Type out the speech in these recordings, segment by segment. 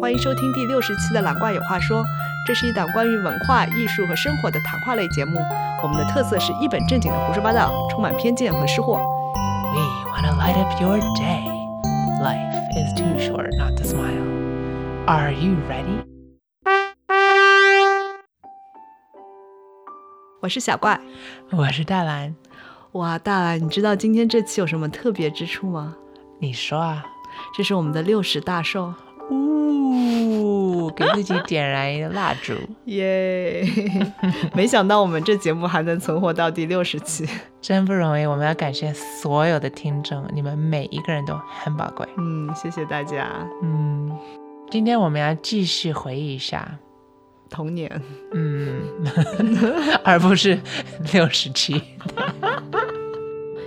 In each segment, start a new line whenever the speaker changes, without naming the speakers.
欢迎收听第六十期的《蓝怪有话说》，这是一档关于文化艺术和生活的谈话类节目。我们的特色是一本正经的胡说八道，充满偏见和失货。
We want to light up your day. Life is too short not to smile. Are you ready?
我是小怪，
我是大蓝，
哇，大兰，你知道今天这期有什么特别之处吗？
你说啊？
这是我们的六十大寿，
呜，给自己点燃一个蜡烛。
耶！ 没想到我们这节目还能存活到第六十期。
真不容易，我们要感谢所有的听众，你们每一个人都很宝贵。
嗯，谢谢大家。
嗯，今天我们要继续回忆一下，
童年，
嗯，而不是六十七。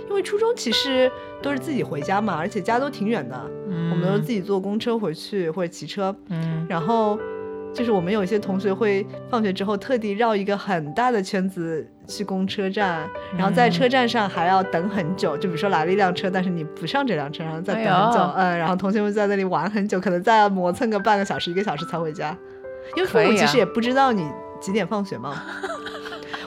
因为初中其实都是自己回家嘛，而且家都挺远的，
嗯
我们都是自己坐公车回去或者骑车。
嗯
然后就是我们有一些同学会放学之后特地绕一个很大的圈子去公车站，然后在
嗯
车站上还要等很久。就比如说来了一辆车，但是你不上这辆车，然后再等很久，
哎
嗯，然后同学们在那里玩很久，可能再磨蹭个半个小时、一个小时才回家，因为父
可
母
以
其
啊
实也不知道你几点放学嘛。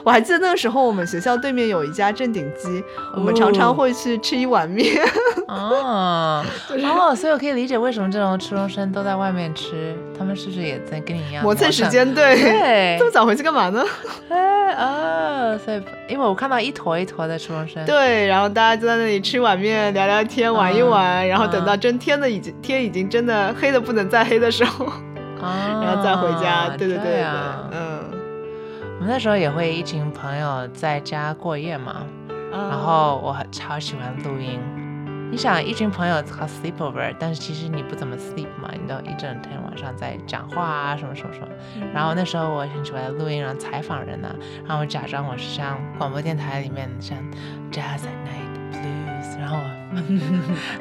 我还记得那个时候，我们学校对面有一家正鼎鸡，我们常常
哦
会去吃一碗面。
哦哦，所以我可以理解为什么这种初中生都在外面吃，他们是不是也在跟你一样
磨蹭时？间，对，
对
这，么早回去干嘛呢？
哎哦，所以因为我看到一坨一坨的初中生，
对，然后大家就在那里吃碗面、聊聊天、玩一玩，然后等到
嗯
真天的已经天已经真的黑的不能再黑的时候，
啊，
然后再回家。对对对
这
对，
样
嗯，
我们那时候也会一群朋友在家过夜嘛，然
然
后我很超喜欢录音。你想一群朋友好 sleepover，但是其实你不怎么 sleep 嘛，你都一整天晚上在讲话啊，什么什么什么。然后那时候我很喜欢录音，然后采访人呢、然后我假装我是像广播电台里面像 Jazz at Night Blues，然后我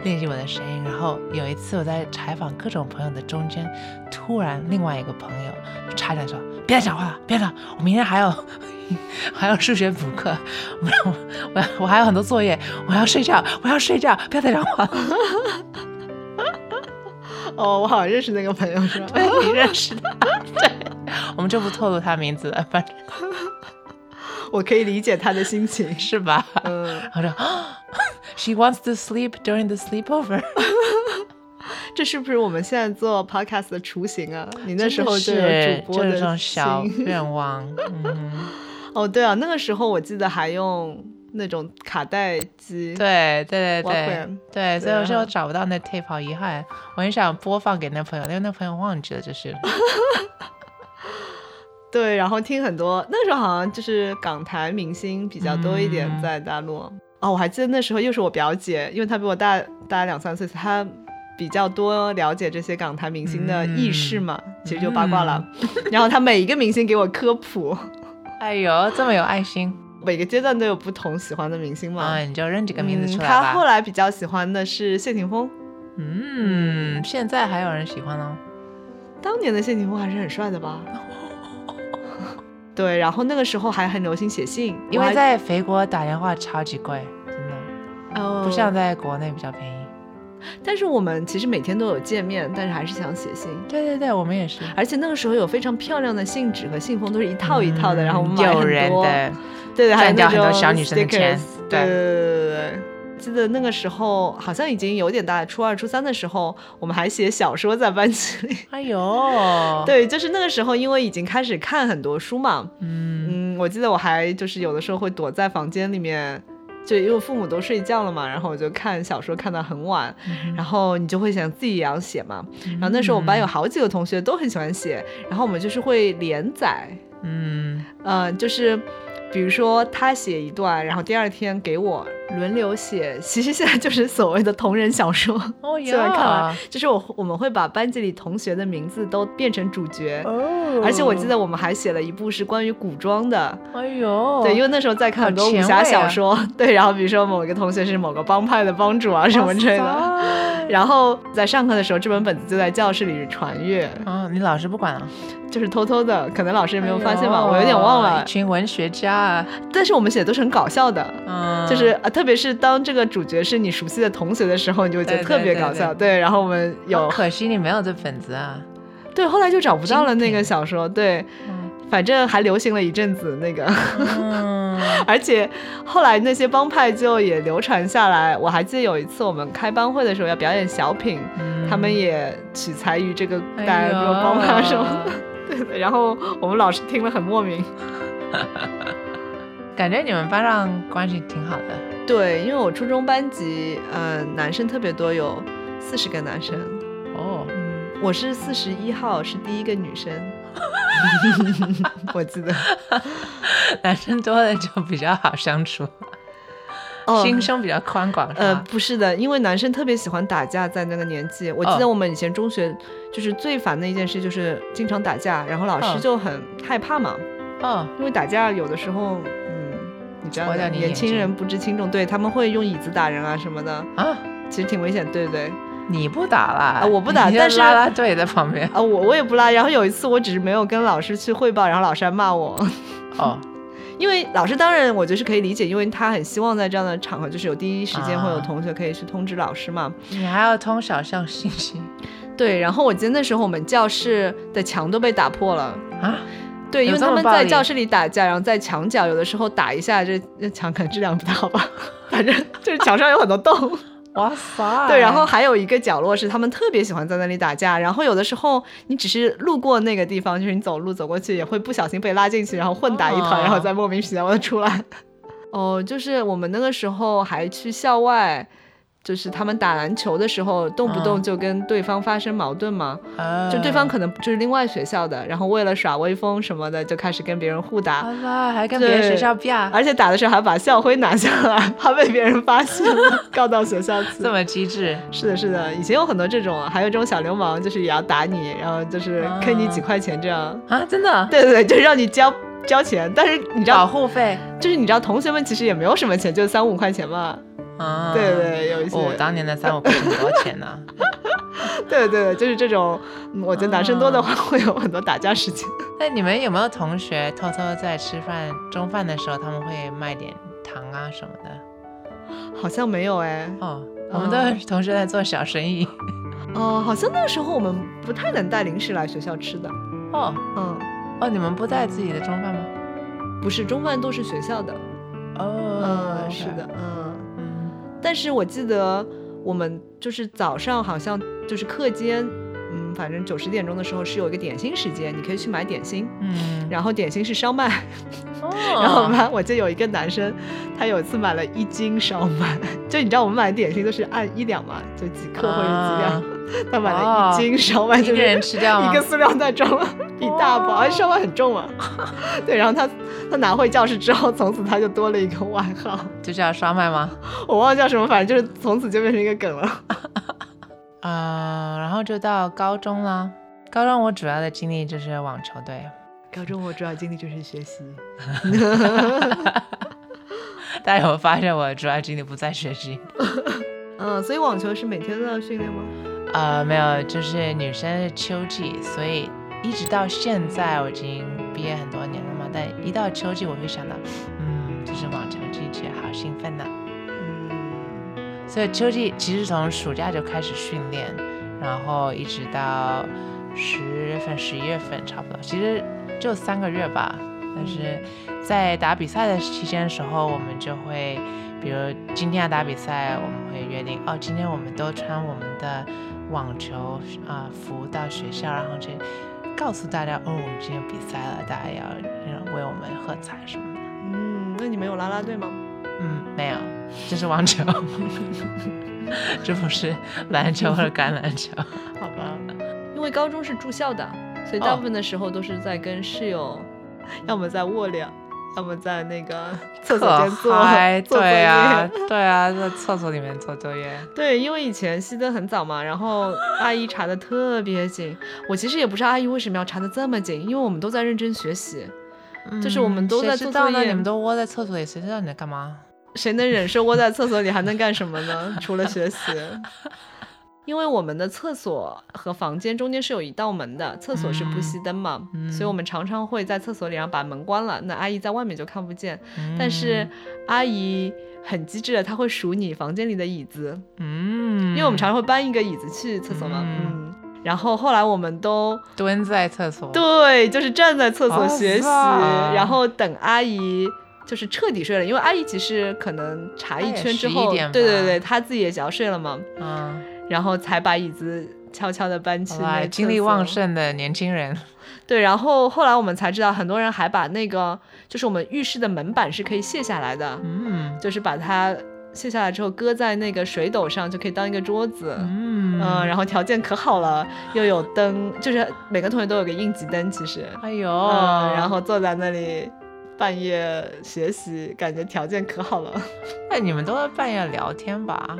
练习我的声音。然后有一次我在采访各种朋友的中间，突然另外一个朋友就差点说：“别再讲话了，别讲，我明天还有 还有数学补课，我我我还有很多作业，我要睡觉，我要睡觉，不要再讲 话。”了
哦，我好像认识那个朋友是吧？。
你认识的，对，我们就不透露他名字了，反正
我可以理解他的心情。
是吧？
嗯，
我说、啊 She wants to sleep during the sleepover 。
这是不是我们现在做 podcast 的雏形啊？你 那
真
时
的
候就有
是
主播
就
的
是这种小
心
愿望，嗯，
哦，对啊，那个时候我记得还用那种卡带机。
对对对对
Walkman
对，所以
对啊
我
然
说
后
找不到那 tape，好遗憾。我很想播放给那朋友，但是那朋友忘记了这是。
对，然后听很多，那时候好像就是港台明星比较多一点
嗯，
在大陆。哦，我还记得那时候又是我表姐，因为她比我大大两三岁，所以她比较多了解这些港台明星的轶事
嗯
嘛，其实就八卦了。 然后她每一个明星给我科普，
哎呦，这么有爱心
每个阶段都有不同喜欢的明星嘛。
啊！你就认几个名
嗯
字出来
她后
吧。
来比较喜欢的是谢霆锋，
嗯，现在还有人喜欢哦。
当年的谢霆锋还是很帅的吧？
哦
对，然后那个时候还很流行写信，
因
我还
为在肥国打电话超级贵，真的
哦
不啊像在国内比较便宜。
但是我们其实每天都有见面，但是还是想写信。
对对对，我们也是。
而且那个时候有非常漂亮的信纸和信封，都是一套一套的，
嗯
然后我们买很
诱
多，
人的，
对对，还有
赚掉
那
很
种
多小女生的钱
stickers，
对
对对对对对。记得那个时候好像已经有点大了，初二、初三的时候，我们还写小说在班级里。
哎呦，，
对，就是那个时候，因为已经开始看很多书嘛，
嗯
嗯，我记得我还就是有的时候会躲在房间里面，就因为父母都睡觉了嘛，然后我就看小说看到很晚，然后你就会想自己也要写嘛。然后那时候我们班有好几个同学都很喜欢写，然后我们就是会连载，
嗯，
嗯、就是比如说他写一段，然后第二天给我轮流写，其实现在就是所谓的同人小说。
哦
虽然看
呀
完，，就是我我们会把班级里同学的名字都变成主角，
哦
而且我记得，我们还写了一部是关于古装的，
哎呦，
对，因为那时候在看很多武侠小说，对，然后比如说某一个同学是某个帮派的帮主啊什么之类的，
的。
然后在上课的时候，这本本子就在教室里传阅，
嗯，你老师不管了，
就是偷偷的，可能老师也没有发现吧，
哎呦
我有点忘了
一。群文学家啊，
但是我们写的都是很搞笑的，
嗯，
就是啊，特别是当这个主角是你熟悉的同学的时候，你就会觉得
对
特别
对对
搞笑。
对
对，然后我们有
好可惜你没有这本子啊。
对，后来就找不到了
精
那个
品
小说，对， 反正还流行了一阵子那个，
嗯，
而且后来那些帮派就也流传下来。我还记得有一次我们开班会的时候要表演小品，
嗯
他们也取材于这个
哎
古代，比如帮派什么，对的。然后我们老师听了很莫名。
感觉你们班上关系挺好的，
对，因为我初中班级，呃，男生特别多，有四十个男生，
哦，
嗯，我是四十一号，是第一个女生。 我记得，
男生多了就比较好相处，
哦
心胸比较宽广，是
呃，
吧？
不是的，因为男生特别喜欢打架，在那个年纪，我记得
哦
我们以前中学就是最烦的一件事就是经常打架，然后老
哦
师就很害怕嘛，
哦，
因为打架有的时候，嗯，你知道
戳
的，
掉你
年
眼
轻
睛
人不知轻重，对他们会用椅子打人啊什么的，
啊，
其实挺危险，对不对？
你不打啦？
啊我不打
你就
但是
拉拉队在旁边，
啊，我我也不拉，然后有一次我只是没有跟老师去汇报，然后老师还骂我，
哦，
因为老师当然我就是可以理解，因为他很希望在这样的场合就是有第一时间会有
啊
同学可以去通知老师嘛，
你还要通小校信息
对，然后我记得那时候我们教室的墙都被打破了。
啊？
对，因
有
为
这
他
么
们
暴
在
力
教室里打架，然后在墙角有的时候打一下，这这墙可能质量不太好吧，反正就是墙上有很多洞。
哇塞！
对，然后还有一个角落是他们特别喜欢在那里打架，然后有的时候你只是路过那个地方，就是你走路走过去也会不小心被拉进去，然后混打一团，然后
哦
再莫名其妙的出来。哦，就是我们那个时候还去校外。就是他们打篮球的时候，动不动
嗯
就跟对方发生矛盾嘛，
啊
就对方可能就是另外学校的，然后为了耍威风什么的，就开始跟别人互打，
呃好吧，还跟别人学校比啊，
而且打的时候还把校徽拿下来，怕被别人发 现了，告到学校去
这。么机智，
是的，是的，以前有很多这种啊，还有这种小流氓，就是也要打你，然后就是坑你几块钱这样。
啊，真的，
对对对，就是让你交交钱，但是你知
保
道，
护费
就是你知道，同学们其实也没有什么钱，就三五块钱嘛。
啊，
对。对，有一些，
哦，我当年的三五块钱多少钱啊呢？
对对对，就是这种。嗯我觉得男生多的话会有很多打架事情。
那你们有没有同学偷偷在吃饭中饭的时候，他们会卖点糖啊什么的？
好像没有哎。
哦，我们都是同学在做小生意。
哦、好像那个时候我们不太能带零食来学校吃的。
哦
嗯，
哦，你们不带自己的中饭吗？
不是，中饭都是学校的。
哦
嗯，，是的，，嗯。
嗯，
但是我记得我们就是早上好像就是课间，嗯，反正九十点钟的时候是有一个点心时间，你可以去买点心。
嗯，哦
然后点心是烧麦，
然
然后我们班我记得有一个男生，他有一次买了一斤烧麦， 就你知道我们买的点心都是按一两嘛，就几克或者几两，
啊
他买了一斤烧麦，
一
就
个
是
人吃哦掉吗
一个？塑料袋装了一大包，而且烧麦很重 嘛。对，然后他他拿回教室之后，从此他就多了一个外号，
就叫烧麦吗？
我忘了叫什么，反正就是从此就变成一个梗了。
啊、然后就到高中啦。高中我主要的精力就是网球队，
高中我主要精力就是学习，
但是我发现我主要精力不在学习。
嗯，所以网球是每天都要训练吗？
啊，没有，就是女生是秋季，所以一直到现在我已经毕业很多年了嘛，但一到秋季我会想到，嗯，这是网球季节，好兴奋呐、
嗯，
所以秋季其实从暑假就开始训练，然后一直到十月份、十一月份差不多，其实就三个月吧。但是在打比赛的期间的时候，我们就会，比如今天要打比赛，我们会约定哦，今天我们都穿我们的网球啊、服到学校，然后就告诉大家哦，我们今天比赛了，大家要呃为我们喝彩什么的。
嗯，那你们有啦啦队吗？
嗯，没有，这是网球， 这不是篮球或者橄榄球。
好吧，因为高中是住校的，所以大部分的时候都是在跟室友，要么在卧聊，要么在那 个厕所间做
嗨，
做作
对
业。
啊，对啊，在厕所里面做作业。
对，因为以前熄灯很早嘛，然后阿姨查的特别紧。我其实也不知道阿姨为什么要查的这么紧，因为我们都在认真学习，就是我们
嗯
都
谁
在
知
做
道
作
呢
业
你们都窝在厕所里，谁知道你在干嘛？
谁能忍受窝在厕所里还能干什么呢？除了学习。因为我们的厕所和房间中间是有一道门的，厕所是不熄灯嘛，
嗯
所以我们常常会在厕所里，然后把门关了，那阿姨在外面就看不见。
嗯
但是，阿姨很机智的，她会数你房间里的椅子，
嗯，
因为我们常常会搬一个椅子去厕所嘛，
嗯
嗯，然后后来我们都
蹲在厕所，
对，就是站在厕所
哇
学习，
塞
然后等阿姨就是彻底睡了，因为阿姨其实可能查
她
一
也
圈之
11
后，
点
对对
吧
对，她自己也想要睡了嘛，
嗯，
然后才把椅子悄悄的搬去那
哇，
个
精
厕
力
所
旺。盛的年轻人，
对，然后后来我们才知道，很多人还把那个就是我们浴室的门板是可以卸下来的，
嗯
就是把它卸下来之后搁在那个水斗上，就可以当一个桌子。
嗯
嗯，然后条件可好了，又有灯，就是每个同学都有个应急灯，其实，
哎呦，
嗯，然后坐在那里半夜学习，感觉条件可好了。
那哎你们都在半夜聊天吧？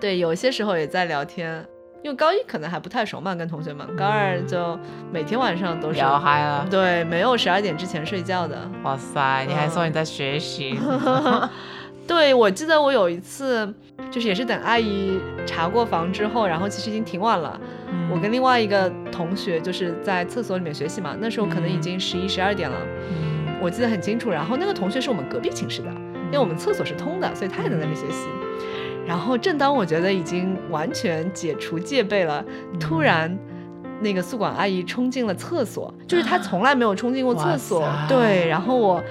对，有些时候也在聊天，因为高一可能还不太熟嘛，跟同学们，高二就每天晚上都是
聊嗨了，
对，呃没有十二点之前睡觉的。
哇塞，你还说你在学习，
对，我记得我有一次，就是也是等阿姨查过房之后，然后其实已经挺晚了，
嗯
我跟另外一个同学就是在厕所里面学习嘛，那时候可能已
嗯
经十一十二点了，
嗯
我记得很清楚。然后那个同学是我们隔壁寝室的，因为我们厕所是通的，所以他也在那里学习。然后正当我觉得已经完全解除戒备了，
嗯
突然。那个宿管阿姨冲进了厕所，就是她从来没有冲进过厕所
啊哇塞，
对。然后我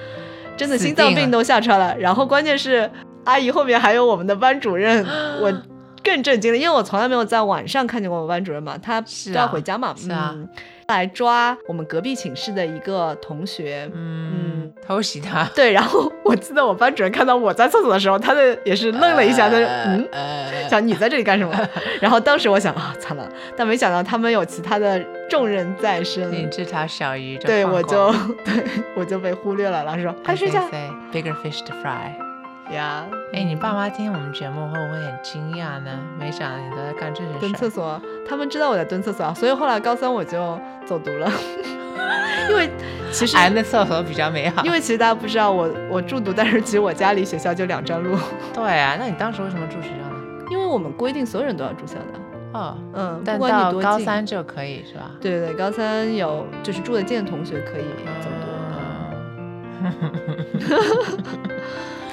真的
死
心脏
定
病
了
都吓出来了。然后关键是阿姨后面还有我们的班主任，我 更震惊了，因为我从来没有在晚上看见过我们班主任嘛，他
是
都要
啊
回家嘛，
是啊
嗯，来抓我们隔壁寝室的一个同学，
嗯，偷 袭他，
对，然后我记得我班主任看到我在厕所的时候，他的也是愣了一下，他说：“嗯，
嗯
想你在这里干什么？” 然后当时我想啊，惨了，但没想到他们有其他的重任在
你
身，
这条小鱼就
对
放
我
过
就对我就被忽略了。老师说：“快睡觉
As they say, bigger fish to fry。
呀，
哎，你爸妈听我们节目会不会很惊讶呢？没想到你都在干这些
蹲
事
厕
儿。
所。”他们知道我在蹲厕所，啊所以后来高三我就走读了， 因为其实。
俺的厕所比较美好。
因为其实大家不知道我我住读，但是其实我家离学校就两站路，
对啊，那你当时为什么住学校呢？
因为我们规定所有人都要住校的，
哦，
嗯，不
但
管你
到
多
高
近
三就可以是吧？
对对对，高三有就是住得近的同学可以走读。
嗯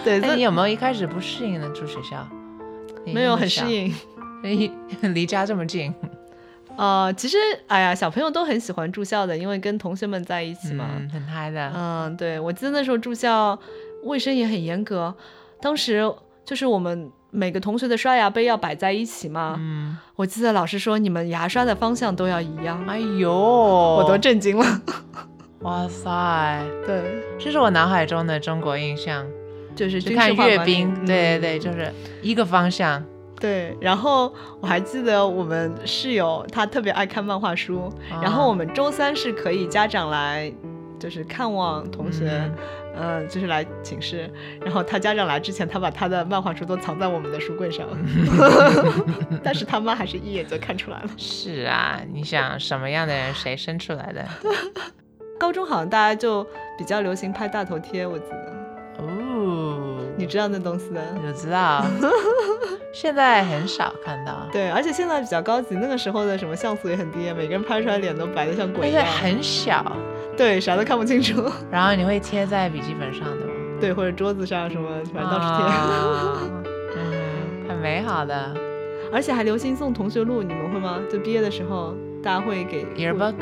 对，
那
所
你
以
有没有一开始不适应呢？住学校？你
没
那
有
么
很
小
适，应。
离哎离家这么近，
呃，其实哎呀，小朋友都很喜欢住校的，因为跟同学们在一起嘛。
嗯，很嗨的。
嗯对，我记得那时候住校卫生也很严格，当时就是我们每个同学的刷牙杯要摆在一起嘛。
嗯，
我记得老师说你们牙刷的方向都要一样，
哎呦，
我
我
都震惊了。
哇塞，
对，
这是我脑海中的中国印象。
就是
就
军
看
事化
阅
管理
兵，
嗯
对对对，就是一个方向。
对，然后我还记得我们室友她特别爱看漫画书，然后我
哦
们周三是可以家长来，就是看望同学，嗯、就是来寝室，然后她家长来之前，她把她的漫画书都藏在我们的书柜上，但是她妈还是一眼就看出来了。
是啊，你想什么样的人谁生出来 的？
高中好像大家就比较流行拍大头贴，我记得，
哦，
你知道那东西的。
我 知道，现在很少看到，
对，而且现在比较高级，那个时候的什么像素也很低，每个人拍出来脸都白的像
而
鬼一
且
样，
很小，
对，啥都看不清楚。
然后你会贴在笔记本上的吗？
对，或者桌子上什么，反正到处贴，
啊嗯，很美好的
而且还流行送同学录，你们会吗？就毕业的时候，大家会给
yearbook。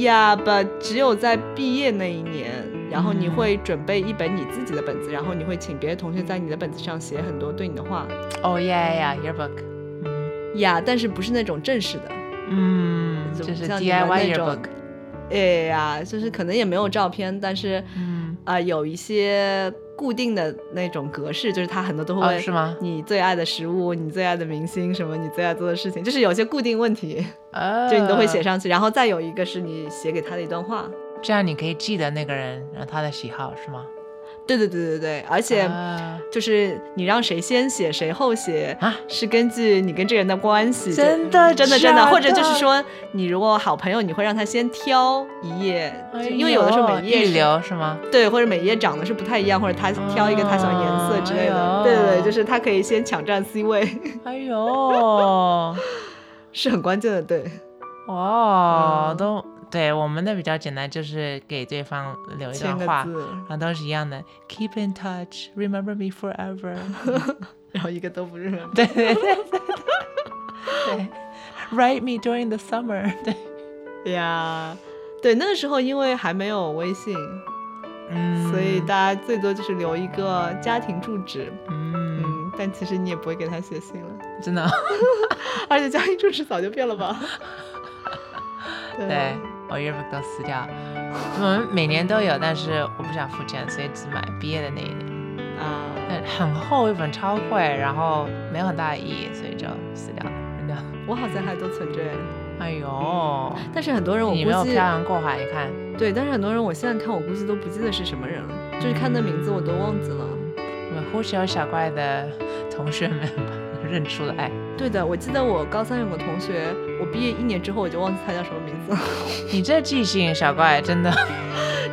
呀不，只有在毕业那一年，然后你会准备一本你自己的本子，然后你会请别的同学在你的本子上写很多对你的话
哦耶呀，yearbook。嗯
呀，但是不是那种正式的，
嗯，
就
就是
像你们
DIY
那种
yearbook。
哎呀，就是可能也没有照片，但是
嗯，
啊、有一些固定的那种格式，就是它很多都
哦
会
是吗？
你最爱的食物，你最爱的明星，什么你最爱做的事情，就是有些固定问题。就你都会写
哦
上去，然后再有一个是你写给他的一段话。
这样你可以记得那个人，然后他的喜好是吗？
对对对对对，而且
啊
就是你让谁先写谁后写，
啊
是根据你跟这个人的关系。
嗯真的
真的真
假
的，或者就是
的
说，你如果好朋友，你会让他先挑一页，就
哎
因为有的时候
呦
每页
预
是
留是吗？
对，或者每页长得是不太一样，或者他
啊
挑一个他想颜色之类的。
哦
对对对，就是他可以先抢占 C 位，
哎呦，
是很关键的。对，
哇，
嗯
都对我们的比较简单，就是给对方留一
签
段
个
话，
字，
然后都是一样的，Keep in touch, remember me forever 。
然后一个都不认。
对对对对对。 write me during the summer 对，
呀对，那个时候因为还没有微信，
嗯，
所以大家最多就是留一个家庭住址，
嗯，
嗯，但其实你也不会给他写信了，
真 的，
而且家庭住址早就变了 吧？对
对我月 b 都撕掉，我们每年都有，但是我不想付钱，所以只买毕业的那一年。
啊，
但很厚一本，超贵，然后没有很大的意义，所以就撕掉了。扔掉了。
我好像还都存着哎，
哎呦，
但是很多人我
你没有
估
漂
计
洋过海，你看，
对，但是很多人我现在看我估计都不记得是什么人了，就是看那名字我都忘记了。
我们呼小小怪的 同学们把它认出来。
对的，我记得我高三有个同学，我毕业一年之后我就忘记他叫什么名字了。
你这记性，小怪真的，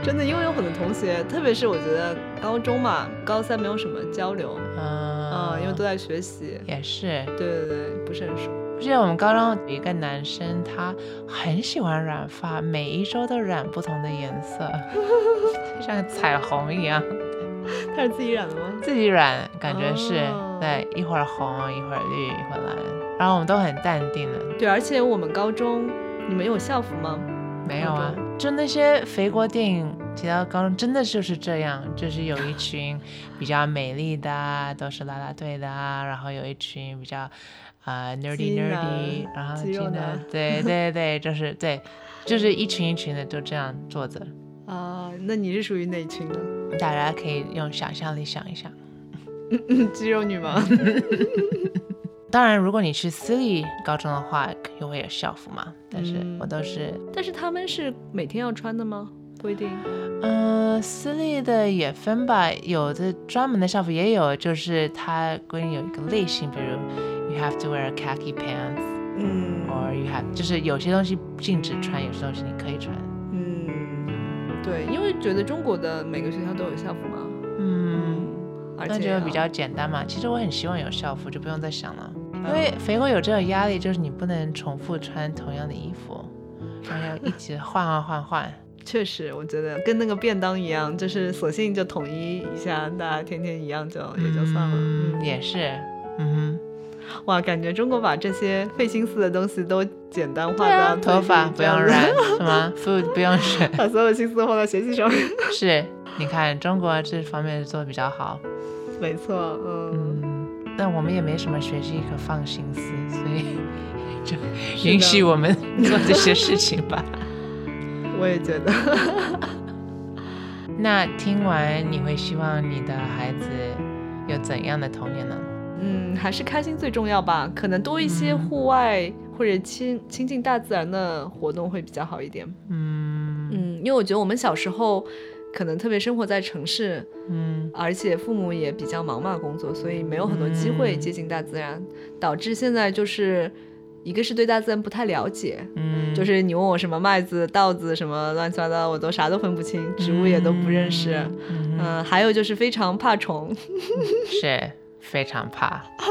真的，因为有很多同学，特别是我觉得高中嘛，高三没有什么交流，
嗯、
嗯，因为都在学习，
也是。
对对对，不是很熟。
我记得我们高中有一个男生，他很喜欢染发，每一周都染不同的颜色， 就像彩虹一样，
他是自己染的吗？
自己染，感觉是、
哦
对，一会儿红，一会儿绿，一会儿蓝，然后我们都很淡定的，
对，而且我们高中，你们有校服吗？
没有
好
啊
的，
就那些肥国电影提到高中，真的就是这样，就是有一群比较美丽的啊，都是啦啦队的啊，然后有一群比较啊、呃 nerdy
肌男
nerdy，然后
肌肉
呢
男
对对对，就是对，就是一群一群的就这样坐着，
啊，那你是属于哪群的？
大家可以用想象力想一想。
肌肉女吗？
当然，如果你去私立高中的话，又会有校服嘛，但是
嗯
我都是
但是他们是每天要穿的吗？不一定。
嗯，私立的也分吧，有的专门的校服也有，就是它规定有一个类型，比如 you have to wear khaki pants
嗯
or you have，就是有些东西禁止穿，有些东西你可以穿。
嗯，对，因为觉得中国的每个学校都有校服嘛，
嗯，
而且
那
啊
就
要
比较简单嘛。其实我很希望有校服，就不用再想了，因为
嗯
肥狗有这种压力，就是你不能重复穿同样的衣服，然后要一直换换换换。
确实，我觉得跟那个便当一样，就是索性就统一一下，大家天天一样就 也就算了。
嗯，也是，嗯
哇，感觉中国把这些费心思的东西都简单化到
哼，
最
啊头发
低
不
这样
用
子
染，，什么 food 不用 选。
把所有心思都放在学习上面。
是，你看中国这方面做的比较好，
没错，嗯，
嗯，但我们也没什么学习可放心思，所以就是允许
的
我 们做这些事情吧。
我也觉得。
那听完你会希望你的孩子有怎样的童年呢？
嗯，还是开心最重要吧。可能多一些
嗯
户外或者亲亲近大自然的活动会比较好一点。
嗯
嗯，因为我觉得我们小时候可能特别生活在城市，
嗯
而且父母也比较忙嘛工作，所以没有很多机会接近大自然，导致现在就是一个是对大自然不太了解。
嗯，
就是你问我什么麦子、稻子什么乱七八糟，我都啥都分不清，植物也都不认识。
嗯，嗯
嗯、还有就是非常怕虫，
是非常怕。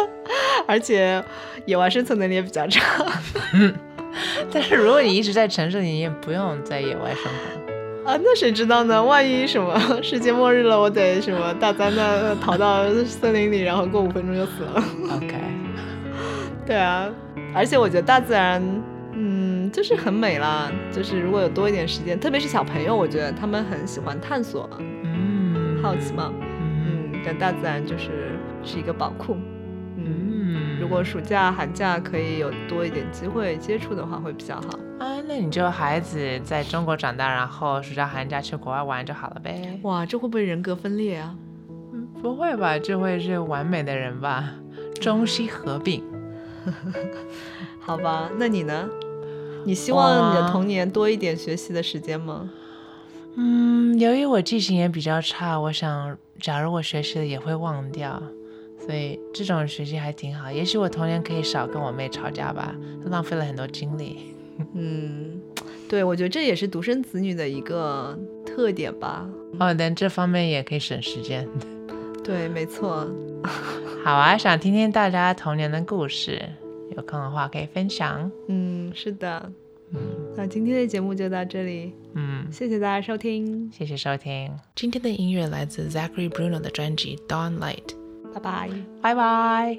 而且野外生存能力也比较差。
但是如果你一直在城市里，你也不用在野外生活。
啊，那谁知道呢？万一什么 世界末日了，我得什么大灾难呃逃到森林里，然后过五分钟就死了。
OK，
对啊，而且我觉得大自然，嗯，就是很美啦。就是如果有多一点时间，特别是小朋友，我觉得他们很喜欢探索、
嗯，
好奇嘛。
嗯，
嗯，但大自然就是是一个宝库。嗯，
嗯，
如果暑假、寒假可以有多一点机会接触的话，会比较好。
啊，那你就孩子在中国长大，然后暑假寒假去国外玩就好了呗？
哇，这会不会人格分裂啊？
嗯不会吧，这会是完美的人吧？中西合并，
好吧，那你呢？你希
我
望你的
吗
童年多一点学习的时间吗？
嗯，由于我记性也比较差，我想假如我学习了也会忘掉，所以这种学习还挺好。也许我童年可以少跟我妹吵架吧，浪费了很多精力。
嗯，对，我觉得这也是独生子女的一个特点吧。
哦，但这方面也可以省时间。
对，没错。
好啊，想听听大家童年的故事，有空的话可以分享。
嗯，是的。
嗯
那今天的节目就到这里，
嗯。
谢谢大家收听，
谢谢收听。今天的音乐来自 Zachary Bruno 的专辑《Dawn Light》。
拜拜。
拜拜。